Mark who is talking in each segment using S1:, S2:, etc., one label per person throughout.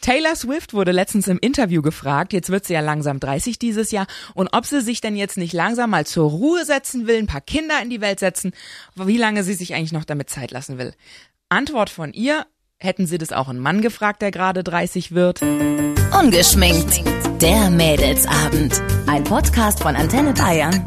S1: Taylor Swift wurde letztens im Interview gefragt, jetzt wird sie ja langsam 30 dieses Jahr, und ob sie sich denn jetzt nicht langsam mal zur Ruhe setzen will, ein paar Kinder in die Welt setzen, wie lange sie sich eigentlich noch damit Zeit lassen will. Antwort von ihr, hätten sie das auch einen Mann gefragt, der gerade 30 wird?
S2: Ungeschminkt. Der Mädelsabend. Ein Podcast von Antenne Bayern.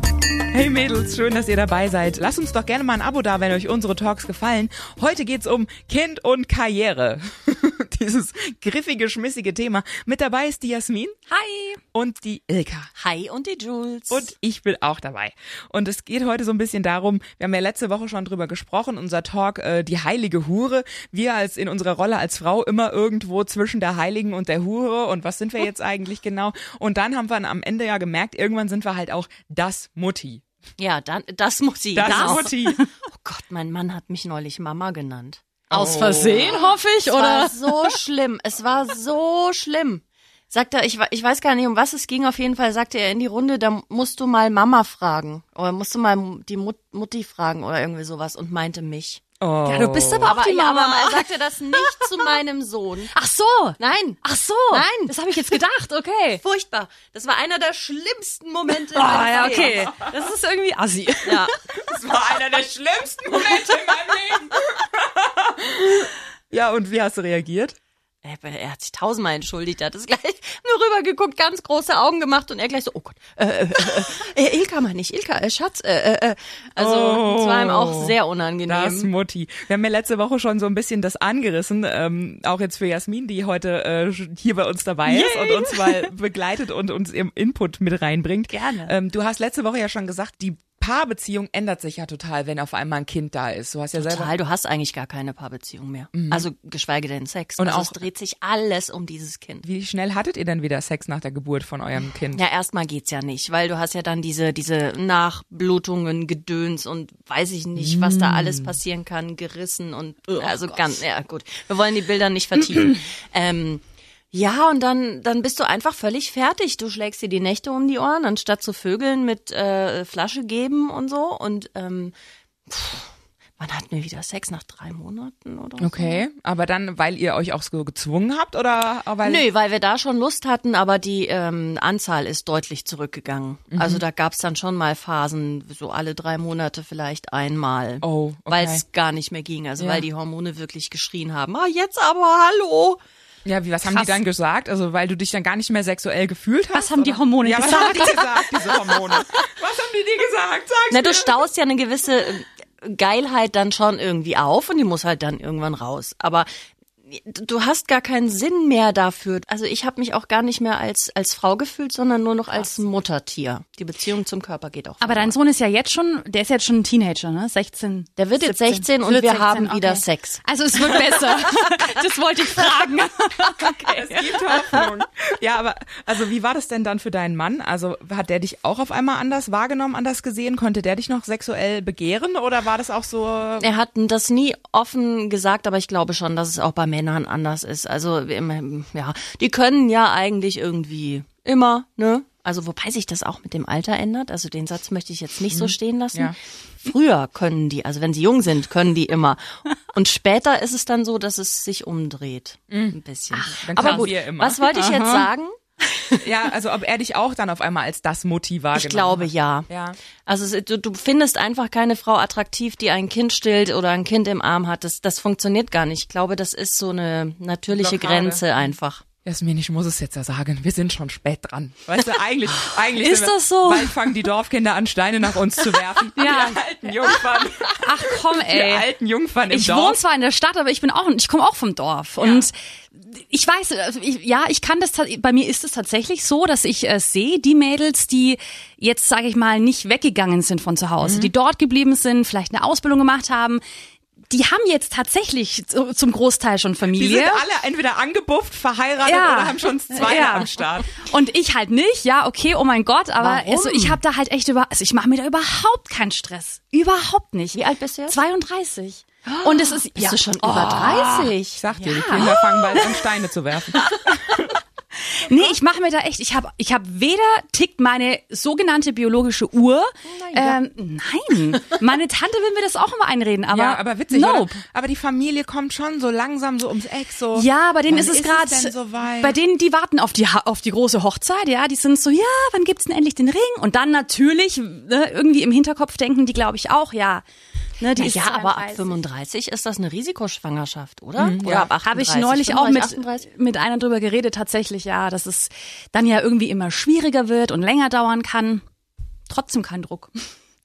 S1: Hey Mädels, schön, dass ihr dabei seid. Lasst uns doch gerne mal ein Abo da, wenn euch unsere Talks gefallen. Heute geht's um Kind und Karriere. Dieses griffige, schmissige Thema. Mit dabei ist die Jasmin
S3: Hi.
S1: und die Ilka.
S3: Hi und die Jules.
S1: Und ich bin auch dabei. Und es geht heute so ein bisschen darum, wir haben ja letzte Woche schon drüber gesprochen, unser Talk, äh, die heilige Hure. Wir als in unserer Rolle als Frau immer irgendwo zwischen der Heiligen und der Hure und was sind wir jetzt eigentlich genau? Und dann haben wir am Ende ja gemerkt, irgendwann sind wir halt auch das Mutti.
S3: ja, dann, das muss sie.
S1: Das Mutti.
S3: Oh Gott, mein Mann hat mich neulich Mama genannt.
S4: Aus Versehen, hoffe ich,
S3: Es war
S4: oder?
S3: so schlimm. Es war so schlimm. Sagt er, ich, we- ich weiß gar nicht, um was es ging. Auf jeden Fall sagte er in die Runde, da musst du mal Mama fragen. Oder musst du mal die Mut, Mutti fragen oder irgendwie sowas und meinte mich.
S1: Oh.
S4: Ja, du bist aber auch die
S3: ja,
S4: Mama.
S3: er sagte das nicht zu meinem Sohn.
S4: Ach so.
S3: Nein.
S4: Ach so.
S3: Nein.
S4: Das habe ich jetzt gedacht, okay.
S3: Furchtbar. Das war einer der schlimmsten Momente.
S4: Ah,
S3: meines
S4: ja, okay.
S3: Lebens.
S4: Das ist irgendwie assi.
S3: Ja.
S1: Das war einer der schlimmsten Momente in meinem Leben. Ja, und wie hast du reagiert?
S3: Er, er hat sich tausendmal entschuldigt, er hat es gleich nur rübergeguckt, ganz große Augen gemacht und er gleich so, oh Gott, äh, äh, äh, äh, Ilka mal nicht, Ilka, äh, Schatz, äh, äh, äh. Also, es war ihm auch sehr
S1: Oh. Das
S3: unangenehm.
S1: Mutti. Wir haben ja letzte Woche schon so ein bisschen das angerissen, ähm, auch jetzt für Jasmin, die heute äh, hier bei uns dabei ist und uns mal begleitet und uns im Input mit reinbringt.
S3: Gerne.
S1: Ähm, du hast letzte Woche ja schon gesagt, die Paarbeziehung ändert sich ja total, wenn auf einmal ein Kind da ist. Du hast ja selber
S3: Total, du hast eigentlich gar keine Paarbeziehung mehr. Also, geschweige denn Sex.
S1: Mhm. Und
S3: also, es
S1: auch- äh,
S3: dreht sich alles um dieses Kind.
S1: wie schnell hattet ihr denn wieder Sex nach der Geburt von eurem Kind?
S3: Ja, erstmal geht's ja nicht, weil du hast ja dann diese, diese Nachblutungen, Gedöns und weiß ich nicht, was da
S1: Mm.
S3: alles passieren kann, gerissen und
S1: Oh
S3: also ganz, ja gut. Wir wollen die Bilder nicht vertiefen. ähm, ja, und dann, dann bist du einfach völlig fertig. Du schlägst dir die Nächte um die Ohren, anstatt zu Vögeln mit äh, Flasche geben und so. Und ähm, pff, wann hatten wir wieder Sex? Nach drei Monaten oder so?
S1: Okay, aber dann, weil ihr euch auch so gezwungen habt oder weil
S3: Nö, weil wir da schon Lust hatten, aber die ähm, Anzahl ist deutlich zurückgegangen. Also da gab's dann schon mal Phasen, so alle drei Monate vielleicht einmal.
S1: Oh, okay.
S3: Weil es gar nicht mehr ging, also
S1: Ja.
S3: weil die Hormone wirklich geschrien haben. Ah, jetzt aber hallo.
S1: ja, wie was haben die
S3: Krass.
S1: dann gesagt? Also weil du dich dann gar nicht mehr sexuell gefühlt hast?
S4: Was haben die Hormone
S1: Ja, was
S4: gesagt?
S1: haben die gesagt, diese Hormone? Was haben die dir gesagt? Sag's
S3: Na,
S1: mir.
S3: du staust ja eine gewisse äh, Geilheit dann schon irgendwie auf und die muss halt dann irgendwann raus. Aber du hast gar keinen Sinn mehr dafür. Also ich habe mich auch gar nicht mehr als als Frau gefühlt, sondern nur noch als Muttertier. Die Beziehung zum Körper geht auch.
S4: Aber dein Sohn ist ja jetzt schon, der ist jetzt schon ein Teenager, ne? 16.
S3: Der wird jetzt 16 und
S4: Wird
S3: wir haben
S4: 16,
S3: wieder
S4: okay.
S3: Sex.
S4: Also es wird besser. das wollte ich fragen.
S1: Es gibt Hoffnung. Ja, aber also wie war das denn dann für deinen Mann? Also hat der dich auch auf einmal anders wahrgenommen, anders gesehen? Konnte der dich noch sexuell begehren oder war das auch so?
S3: Er hat das nie offen gesagt, aber ich glaube schon, dass es auch bei Männern anders ist. Also wir- ja, die können ja eigentlich irgendwie immer, ne? Also wobei sich das auch mit dem Alter ändert. Also den Satz möchte ich jetzt nicht so stehen lassen.
S1: Mhm. Ja.
S3: Früher können die, also wenn sie jung sind, können die immer. Und später ist es dann so, dass es sich umdreht. Ein bisschen.
S1: Mhm. dann
S3: aber
S1: können
S3: gut,
S1: wir immer.
S3: was wollte ich jetzt sagen?
S1: Ja, also ob er dich auch dann auf einmal als das Mutti wahrgenommen
S3: Ich glaube
S1: hat.
S3: ja.
S1: Ah, genau. Ja.
S3: Also es- du, du findest einfach keine Frau attraktiv, die ein Kind stillt oder ein Kind im Arm hat. Das, das funktioniert gar nicht. Ich glaube, das ist so eine natürliche
S1: Blockade. Mhm.
S3: Grenze einfach.
S1: Jasmin, ich muss es jetzt ja sagen, wir sind schon spät dran. Weißt du, eigentlich, eigentlich
S3: Ist
S1: sind wir,
S3: das so?
S1: Bald fangen die Dorfkinder an, Steine nach uns zu werfen.
S4: Ja.
S1: Die alten Jungfern,
S4: Ach komm,
S1: die
S4: ey.
S1: alten Jungfern im
S4: ich
S1: Dorf.
S4: wohne zwar in der Stadt, aber ich bin auch, ich komme auch vom Dorf. Und ich weiß, also ich, ja, ich kann das, tats- bei mir ist es tatsächlich so, dass ich äh, sehe, die Mädels, die jetzt, sage ich mal, nicht weggegangen sind von zu
S3: Mhm.
S4: Hause, die dort geblieben sind, vielleicht eine Ausbildung gemacht haben, die haben jetzt tatsächlich zu- zum Großteil schon
S1: die
S4: Familie.
S1: sind alle entweder angebufft, verheiratet
S4: Ja.
S1: oder haben schon zwei
S4: Ja.
S1: am Start.
S4: Und ich halt nicht, ja, okay, oh mein Gott, aber
S3: Warum?
S4: also ich habe da halt echt über, also ich mache mir da überhaupt keinen Stress. Überhaupt nicht.
S3: Wie alt bist du jetzt?
S4: 32. Und es ist,
S3: Bist
S4: ja,
S3: du schon
S4: oh,
S3: über 30?
S1: Ich sag dir, die Kinder fangen bald an, Steine zu werfen.
S4: Nee, ich mache mir da echt, ich habe ich hab weder tickt meine sogenannte biologische Uhr.
S3: Oh
S4: Ähm, nein, meine Tante will mir das auch immer einreden, aber,
S1: ja, aber witzig,
S4: nope.
S1: oder? Aber die Familie kommt schon so langsam so ums Eck, so.
S4: Ja, bei denen
S1: wann
S4: ist es
S1: ist
S4: gerade,
S1: es denn so weit?
S4: bei denen, die warten auf die, Ha- auf die große Hochzeit, ja, die sind so, ja, wann gibt's denn endlich den Ring? Und dann natürlich, ne, irgendwie im Hinterkopf denken die, glaube ich, auch, ja. Ne, die ist
S3: Ja, aber ab
S4: 32.
S3: 35 ist das eine Risikoschwangerschaft, oder? oder ab 38.
S4: Mhm. Habe ich neulich auch
S3: 35,
S4: mit,
S3: 38?
S4: mit einer drüber geredet, tatsächlich, ja, dass es dann ja irgendwie immer schwieriger wird und länger dauern kann. Trotzdem kein Druck.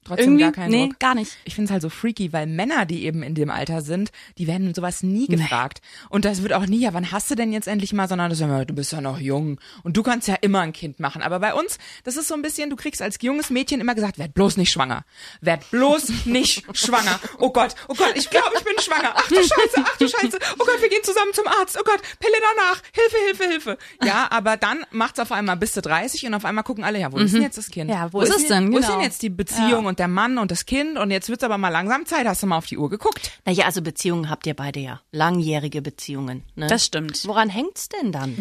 S1: Trotzdem
S4: irgendwie,
S1: gar keinen
S4: nee,
S1: Druck.
S4: gar nicht.
S1: Ich finde es halt so freaky, weil Männer, die eben in dem Alter sind, die werden mit sowas nie gefragt. Und das wird auch nie, ja, wann hast du denn jetzt endlich mal, sondern das ist immer, du bist ja noch jung und du kannst ja immer ein Kind machen. Aber bei uns, das ist so ein bisschen, du kriegst als junges Mädchen immer gesagt, werd bloß nicht schwanger. Werd bloß nicht schwanger. Oh Gott, oh Gott, ich glaube, ich bin schwanger. Ach du Scheiße, ach du Scheiße. Oh Gott, wir gehen zusammen zum Arzt. Oh Gott, Pille danach. Hilfe, Hilfe, Hilfe. Ja, aber dann macht's auf einmal bis zu 30 und auf einmal gucken alle, ja, wo ist denn jetzt das Kind?
S4: Ja, wo ist es denn?
S1: Wo ist
S4: Genau.
S1: denn jetzt die Beziehung und der Mann und das Kind und jetzt wird's aber mal langsam Zeit. Hast du mal auf die Uhr geguckt?
S3: Naja, also Beziehungen habt ihr beide ja. Langjährige Beziehungen. Ne?
S4: Das stimmt.
S3: Woran hängt's denn dann?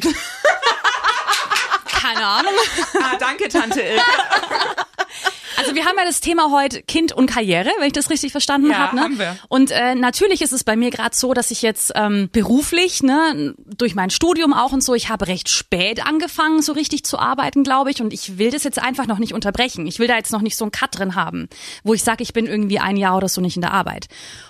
S4: Keine Ahnung.
S1: Ah, danke, Tante Ilka.
S4: Also wir haben ja das Thema heute Kind und Karriere, wenn ich das richtig verstanden
S1: Ja,
S4: habe. Ne?
S1: haben wir.
S4: Und äh, natürlich ist es bei mir gerade so, dass ich jetzt ähm, beruflich, ne, durch mein Studium auch und so, ich habe recht spät angefangen, so richtig zu arbeiten, glaube ich. Und ich will das jetzt einfach noch nicht unterbrechen. Ich will da jetzt noch nicht so einen Cut drin haben, wo ich sage, ich bin irgendwie ein Jahr oder so nicht in der Arbeit.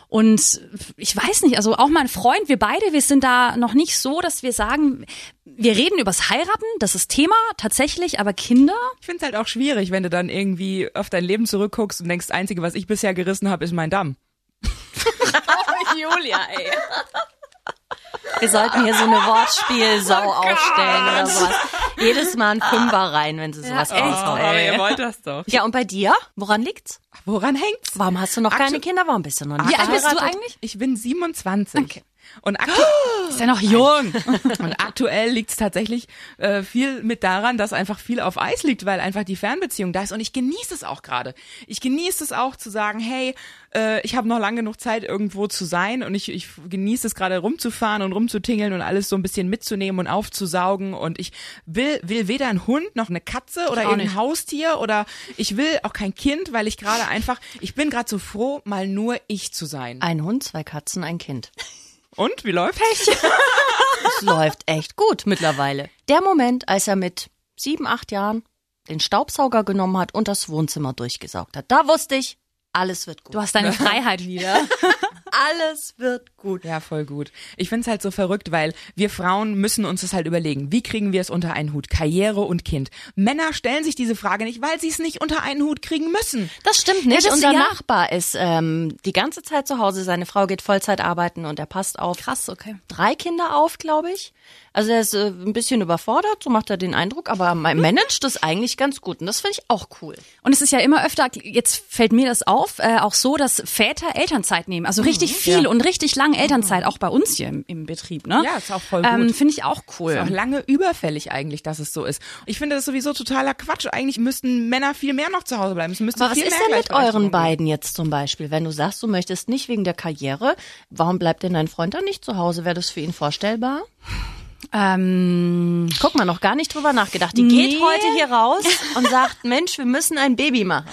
S4: Und ich weiß nicht, also auch mein Freund, wir beide, wir sind da noch nicht so, dass wir sagen, wir reden übers Heiraten, das ist Thema tatsächlich, aber Kinder,
S1: Ich find's halt auch schwierig, wenn du dann irgendwie auf dein Leben zurückguckst und denkst, das Einzige, was ich bisher gerissen habe, ist mein Damm.
S3: Julia, ey. Wir sollten hier so eine Wortspielsau
S4: Oh
S3: aufstellen oder sowas. Jedes Mal ein Fünfer rein, wenn sie sowas raushauen.
S1: ihr wollt das
S4: Oh.
S1: doch.
S3: Ja, und bei dir? Woran liegt's?
S1: Woran hängt's?
S3: Warum hast du noch keine
S1: Aktu-
S3: Kinder? Warum bist du noch nicht
S4: Wie alt bist du
S3: verheiratet?
S4: eigentlich?
S1: Ich bin 27. Und, aktu
S4: ist ja noch jung.
S1: und aktuell liegt's tatsächlich äh, viel mit daran, dass einfach viel auf Eis liegt, weil einfach die Fernbeziehung da ist. Und ich genieße es auch gerade. Ich genieße es auch zu sagen, hey, äh, ich habe noch lang genug Zeit, irgendwo zu sein. Und ich, ich genieße es gerade rumzufahren und rumzutingeln und alles so ein bisschen mitzunehmen und aufzusaugen. Und ich will, will weder einen Hund noch eine Katze oder irgendein
S4: nicht.
S1: Haustier oder ich will auch kein Kind, weil ich gerade einfach, ich bin gerade so froh, mal nur ich zu sein.
S3: Ein Hund, zwei Katzen, ein Kind.
S1: Und wie läuft's?
S3: Es läuft echt gut mittlerweile. Der Moment, als er mit sieben, acht Jahren den Staubsauger genommen hat und das Wohnzimmer durchgesaugt hat, da wusste ich, alles wird gut.
S4: Du hast deine Freiheit wieder.
S3: alles wird gut.
S1: Ja, voll gut. Ich find's halt so verrückt, weil wir Frauen müssen uns das halt überlegen. Wie kriegen wir es unter einen Hut? Karriere und Kind. Männer stellen sich diese Frage nicht, weil sie es nicht unter einen Hut kriegen müssen.
S3: Das stimmt nicht.
S4: Ja, das-
S3: Unser
S4: ja.
S3: Nachbar ist ähm, die ganze Zeit zu Hause. Seine Frau geht Vollzeit arbeiten und er passt auf
S4: Krass, okay.
S3: drei Kinder auf, glaube ich. Also er ist äh, ein bisschen überfordert, so macht er den Eindruck, aber er managt das eigentlich ganz gut und das finde ich auch cool.
S4: Und es ist ja immer öfter, jetzt fällt mir das auf, äh, auch so, dass Väter Elternzeit nehmen. Also richtig viel und richtig lange Elternzeit, auch bei uns hier im, im Betrieb. Ne?
S1: Ja, ist auch voll
S4: Ähm,
S1: gut.
S4: Finde ich auch cool.
S1: Ist auch lange überfällig eigentlich, dass es so ist. Ich finde das sowieso totaler Quatsch. Eigentlich müssten Männer viel mehr noch zu Hause bleiben. Es müsste
S3: Aber was
S1: viel
S3: ist
S1: mehr
S3: denn mit
S1: Gleichberechtigung
S3: euren
S1: geben.
S3: beiden jetzt zum Beispiel? Wenn du sagst, du möchtest nicht wegen der Karriere, warum bleibt denn dein Freund dann nicht zu Hause? Wäre das für ihn vorstellbar?
S4: ähm,
S3: Guck mal, noch gar nicht drüber nachgedacht. Die
S4: Nee.
S3: geht heute hier raus und sagt, Mensch, wir müssen ein Baby machen.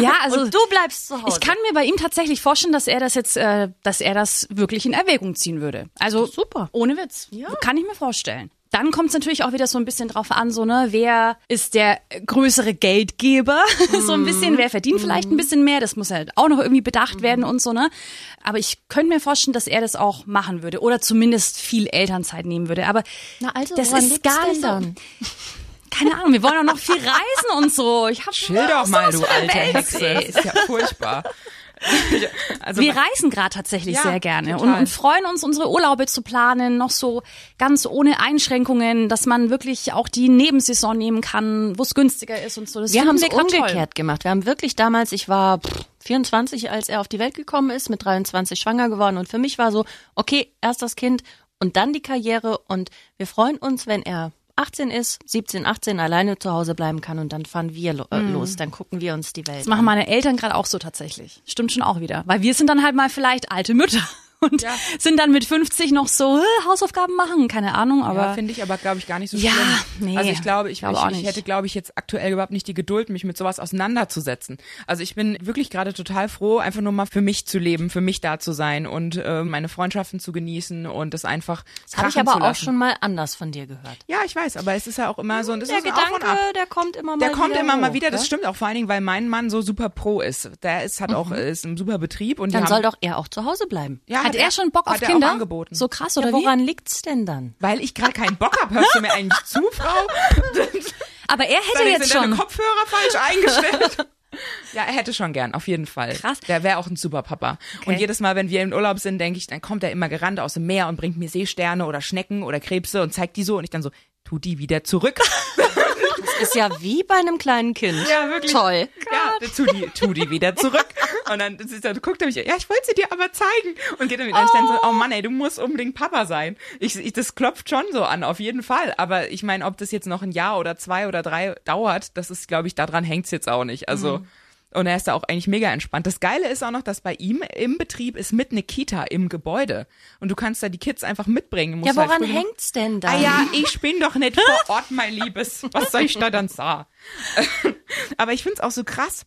S4: ja, also
S3: und du bleibst zu Hause.
S4: ich kann mir bei ihm tatsächlich vorstellen, dass er das jetzt, äh, dass er das wirklich in Erwägung ziehen würde. Also
S3: super.
S4: ohne Witz, kann ich mir vorstellen. Dann kommt es natürlich auch wieder so ein bisschen drauf an, so ne, wer ist der größere Geldgeber, so ein bisschen, wer verdient
S3: Mm.
S4: vielleicht ein bisschen mehr, das muss halt auch noch irgendwie bedacht werden und so ne. Aber ich könnte mir vorstellen, dass er das auch machen würde oder zumindest viel Elternzeit nehmen würde. Aber
S3: Na also,
S4: das
S3: woran
S4: ist
S3: liegt's
S4: gar
S3: denn
S4: nicht so.
S3: dann?
S4: Keine Ahnung, wir wollen auch noch viel reisen und so. Ich hab
S1: Chill doch mal, du alte
S4: Welt
S1: Hexe.
S4: ist.
S1: Das ist ja furchtbar. Also,
S4: Wir reisen gerade tatsächlich
S1: Ja,
S4: sehr gerne und,
S1: total.
S4: und freuen uns, unsere Urlaube zu planen, noch so ganz ohne Einschränkungen, dass man wirklich auch die Nebensaison nehmen kann, wo es günstiger ist und so. Das
S3: Wir
S4: finden
S3: haben es
S4: grad toll.
S3: umgekehrt gemacht. Wir haben wirklich damals, ich war pff, 24, als er auf die Welt gekommen ist, mit 23 schwanger geworden. Und für mich war so, okay, erst das Kind und dann die Karriere. Und wir freuen uns, wenn er 18 ist, 17, 18 alleine zu Hause bleiben kann. Und dann fahren wir lo
S4: Mhm.
S3: äh, los. Dann gucken wir uns die Welt
S4: Das machen meine Eltern gerade auch so tatsächlich. Stimmt schon auch wieder. Weil wir sind dann halt mal vielleicht alte Mütter und sind dann mit 50 noch so äh, Hausaufgaben machen, keine Ahnung, aber
S1: ja, finde ich aber, glaube ich, gar nicht so
S4: Ja,
S1: schlimm.
S4: nee,
S1: also ich glaube, ich,
S4: glaube auch
S1: ich, ich
S4: nicht.
S1: hätte, glaube ich, jetzt aktuell überhaupt nicht die Geduld, mich mit sowas auseinanderzusetzen. Also ich bin wirklich gerade total froh, einfach nur mal für mich zu leben, für mich da zu sein und äh, meine Freundschaften zu genießen und das einfach
S3: Das habe ich
S1: krachen zu
S3: aber auch
S1: lassen.
S3: schon mal anders von dir gehört.
S1: Ja, ich weiß, aber es ist ja auch immer so, und es
S3: Der
S1: ist ein Auf und Ab.
S3: Gedanke, der kommt immer mal
S1: Der kommt
S3: wieder
S1: immer mal
S3: hoch,
S1: wieder, das
S3: ne?
S1: stimmt auch vor allen Dingen, weil mein Mann so super pro ist. Der ist, hat auch, ist ein super Betrieb und die
S3: Mhm. Dann
S1: haben,
S3: soll doch er auch zu Hause bleiben.
S1: ja,
S4: hat er schon Bock
S1: hat
S4: auf
S1: er
S4: Kinder?
S1: Auch angeboten.
S4: So krass oder
S3: ja,
S4: wie?
S3: woran liegt's denn dann?
S1: weil ich gerade keinen Bock habe, hörst du mir eigentlich zu, Frau?
S4: Aber er hätte
S1: Dann
S4: jetzt
S1: sind deine
S4: schon.
S1: Kopfhörer falsch eingestellt. ja, er hätte schon gern, auf jeden Fall.
S4: Krass.
S1: Der wäre auch ein super Papa. Und jedes Mal, wenn wir im Urlaub sind, denke ich, dann kommt er immer gerannt aus dem Meer und bringt mir Seesterne oder Schnecken oder Krebse und zeigt die so und ich dann so, tu die wieder zurück.
S3: Das ist ja wie bei einem kleinen Kind.
S1: Ja, wirklich.
S3: Toll.
S1: Ja, tu die, tu die wieder zurück. Und dann, das ist, dann guckt er mich, ja, ich wollte sie dir aber zeigen. Und geht dann wieder. Und ich dann so, oh Mann, ey, du musst unbedingt Papa sein. Ich, ich, das klopft schon so an, auf jeden Fall. Aber ich meine, ob das jetzt noch ein Jahr oder zwei oder drei dauert, das ist, glaube ich, daran hängt's jetzt auch nicht. Also.
S3: Mhm.
S1: Und er ist da auch eigentlich mega entspannt. Das Geile ist auch noch, dass bei ihm im Betrieb ist mit eine Kita im Gebäude. Und du kannst da die Kids einfach mitbringen.
S3: Ja,
S1: Musst halt
S3: woran
S1: früh genug-
S3: hängt's denn dann?
S1: Ah ja, ich bin doch nicht vor Ort, mein Liebes. Was soll ich da dann sagen? Aber ich find's auch so krass,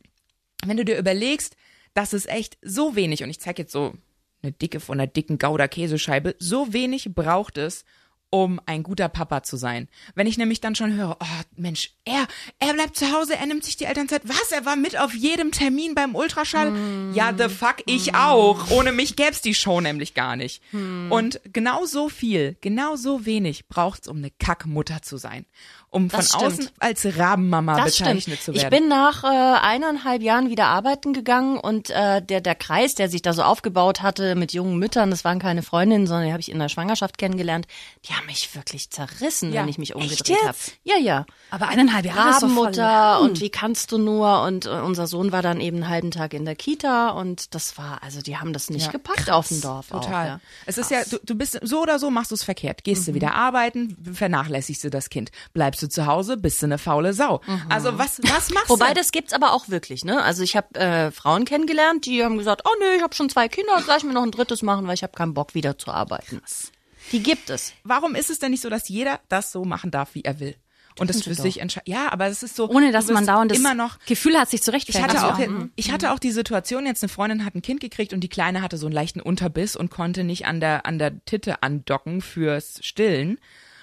S1: wenn du dir überlegst, dass es echt so wenig, und ich zeig jetzt so eine dicke von einer dicken Gouda-Käsescheibe, so wenig braucht es, um ein guter Papa zu sein. Wenn ich nämlich dann schon höre, oh Mensch, er, er bleibt zu Hause, er nimmt sich die Elternzeit. Was? Er war mit auf jedem Termin beim Ultraschall?
S3: Hm.
S1: Ja, the fuck, ich auch. Ohne mich gäb's die Show nämlich gar nicht.
S3: Hm.
S1: Und genau so viel, genau so wenig braucht's, um eine Kackmutter zu sein. Um
S3: Das
S1: von
S3: stimmt.
S1: außen als Rabenmama
S3: das
S1: bezeichnet
S3: stimmt.
S1: zu werden.
S3: Ich bin nach äh, eineinhalb Jahren wieder arbeiten gegangen und äh, der, der Kreis, der sich da so aufgebaut hatte mit jungen Müttern, das waren keine Freundinnen, sondern die habe ich in der Schwangerschaft kennengelernt, die haben mich wirklich zerrissen,
S1: Ja.
S3: wenn ich mich
S1: Echt
S3: umgedreht habe.
S4: jetzt?
S3: Ja, ja.
S4: Aber eineinhalb Jahre ist doch voll
S3: Rabenmutter
S4: lang.
S3: und wie kannst du nur und äh, unser Sohn war dann eben einen halben Tag in der Kita und das war, also die haben das nicht gepackt auf dem Dorf
S1: Total.
S3: auch. Ja. Mhm.
S1: Es ist ja, du, du bist so oder so machst du es verkehrt. Gehst du wieder arbeiten, vernachlässigst du das Kind. Bleibst du zu Hause, bist du eine faule Sau. Also was, was machst
S3: Mhm.
S1: du?
S3: Wobei das gibt's aber auch wirklich, ne? Also ich habe äh, Frauen kennengelernt, die haben gesagt, oh nee, ich habe schon zwei Kinder, lass ich mir noch ein drittes machen, weil ich habe keinen Bock wieder zu arbeiten. Die gibt es.
S1: Warum ist es denn nicht so, dass jeder das so machen darf, wie er will? Und das für
S3: doch.
S1: sich entscheiden. Ja, aber es ist so.
S4: Ohne dass
S1: du
S4: man
S1: wirst
S4: dauernd das
S1: immer noch
S4: Gefühl hat, sich zu
S1: Ich
S4: rechtfertigen.
S1: hatte, auch,
S4: Also,
S3: Mhm.
S1: ich hatte auch die Situation, jetzt eine Freundin hat ein Kind gekriegt und die Kleine hatte so einen leichten Unterbiss und konnte nicht an der, an der Titte andocken fürs Stillen,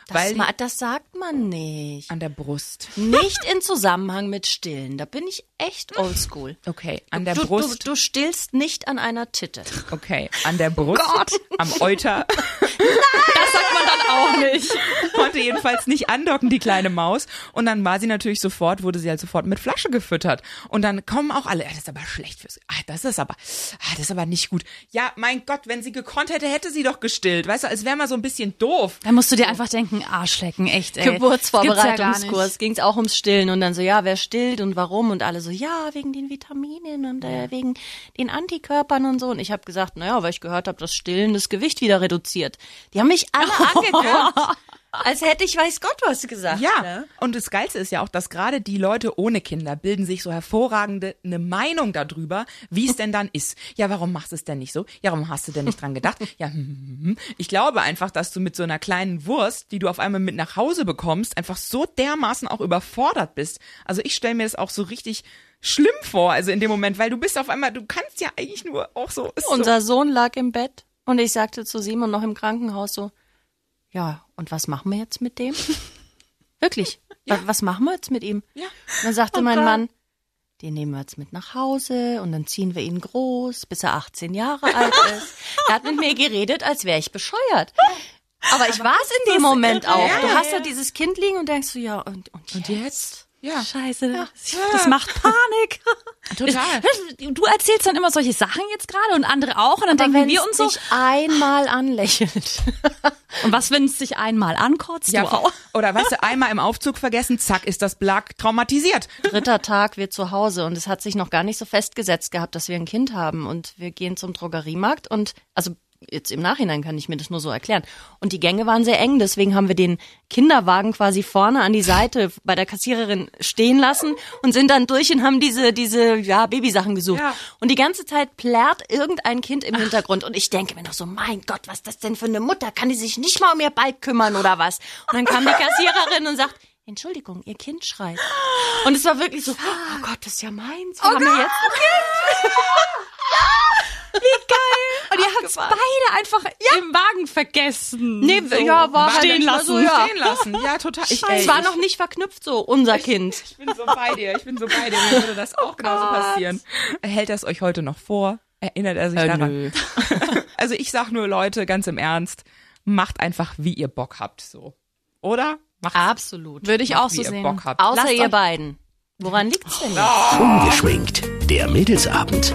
S1: weil Ah.
S3: Das, ma- das sagt man nicht.
S1: die, an der Brust.
S3: Nicht in Zusammenhang mit Stillen. Da bin ich echt oldschool.
S1: Okay, an der
S3: du,
S1: Brust.
S3: Du, du stillst nicht an einer Titte.
S1: Okay, an der Brust,
S3: Oh
S1: am Euter.
S4: das sagt man dann auch nicht.
S1: konnte jedenfalls nicht andocken, die kleine Maus. Und dann war sie natürlich sofort, wurde sie halt sofort mit Flasche gefüttert. Und dann kommen auch alle, "Ah, das ist aber schlecht fürs, ah, das ist aber, ah, das ist aber nicht gut. Ja, mein Gott, wenn sie gekonnt hätte, hätte sie doch gestillt. Weißt du, als wäre man so ein bisschen doof.
S4: Dann musst du dir einfach denken, Arschlecken, echt, ey. Das gibt's ja gar
S3: Geburtsvorbereitungskurs
S4: nicht.
S3: ging's auch ums Stillen und dann so, ja, wer stillt und warum und alle so, ja, wegen den Vitaminen und äh, wegen den Antikörpern und so. Und ich habe gesagt, naja, weil ich gehört habe, dass Stillen das Gewicht wieder reduziert. Die haben mich alle angeguckt, als hätte ich weiß Gott was gesagt.
S1: Ja,
S3: Ne?
S1: und das Geilste ist ja auch, dass gerade die Leute ohne Kinder bilden sich so hervorragende eine Meinung darüber, wie es denn dann ist. Ja, warum machst du es denn nicht so? Ja, warum hast du denn nicht dran gedacht? Ja, hm, hm, hm. ich glaube einfach, dass du mit so einer kleinen Wurst, die du auf einmal mit nach Hause bekommst, einfach so dermaßen auch überfordert bist. Also ich stelle mir das auch so richtig schlimm vor, also in dem Moment, weil du bist auf einmal, du kannst ja eigentlich nur auch so. Ist so.
S3: Unser Sohn lag im Bett und ich sagte zu Simon noch im Krankenhaus so, ja, und was machen wir jetzt mit dem? Wirklich, wa- was machen wir jetzt mit ihm?
S1: Ja.
S3: Und dann
S4: Oh
S3: sagte mein Mann, den nehmen wir jetzt mit nach Hause und dann ziehen wir ihn groß, bis er 18 Jahre alt ist. Er hat mit mir geredet, als wäre ich bescheuert. Aber ich war es in dem Moment auch. Du hast da dieses Kind liegen und denkst du, ja, und, und, jetzt?
S1: Jetzt? Ja,
S4: Scheiße, das, das macht Panik.
S1: total.
S4: Du erzählst dann immer solche Sachen jetzt gerade und andere auch und dann
S3: Aber
S4: denken
S3: wenn
S4: wir
S3: es
S4: uns so.
S3: dich einmal anlächelt.
S4: Und was, wenn es dich einmal ankotzt?
S1: Ja,
S4: du auch.
S1: oder weißt du, einmal im Aufzug vergessen, zack, ist das Blag traumatisiert.
S3: Dritter Tag, wir zu Hause und es hat sich noch gar nicht so festgesetzt gehabt, dass wir ein Kind haben und wir gehen zum Drogeriemarkt und also jetzt im Nachhinein kann ich mir das nur so erklären. Und die Gänge waren sehr eng, deswegen haben wir den Kinderwagen quasi vorne an die Seite bei der Kassiererin stehen lassen und sind dann durch und haben diese, diese, ja, Babysachen gesucht.
S1: Ja.
S3: Und die ganze Zeit plärt irgendein Kind im Hintergrund und ich denke mir noch so, mein Gott, was ist das denn für eine Mutter? Kann die sich nicht mal um ihr Ball kümmern oder was? Und dann kam die Kassiererin und sagt, Entschuldigung, ihr Kind schreit. Und es war wirklich so, oh Gott, das ist ja meins. Wir haben ja jetzt
S4: Und ihr habt's beide einfach im Wagen vergessen.
S3: Nee,
S4: So.
S3: ja, war halt
S4: stehen
S3: manchmal
S4: lassen.
S3: so, ja.
S1: Stehen lassen. Ja, total. Ich, ey,
S3: Es war noch nicht verknüpft so, unser Kind.
S1: ich bin so bei dir. Ich bin so bei dir. Mir würde das
S3: Oh
S1: auch genauso passieren. Hält das euch heute noch vor? Erinnert er sich
S3: Äh,
S1: daran? Also ich sag nur, Leute, ganz im Ernst, macht einfach, wie ihr Bock habt, so. Oder? Macht
S3: Absolut.
S4: Würde ich auch
S1: wie
S4: so
S1: ihr
S4: sehen.
S1: Bock habt.
S3: Außer
S4: Lasst
S3: ihr
S4: euch-
S3: beiden. Woran liegt's denn? jetzt?
S5: Ungeschminkt. Der Mädelsabend.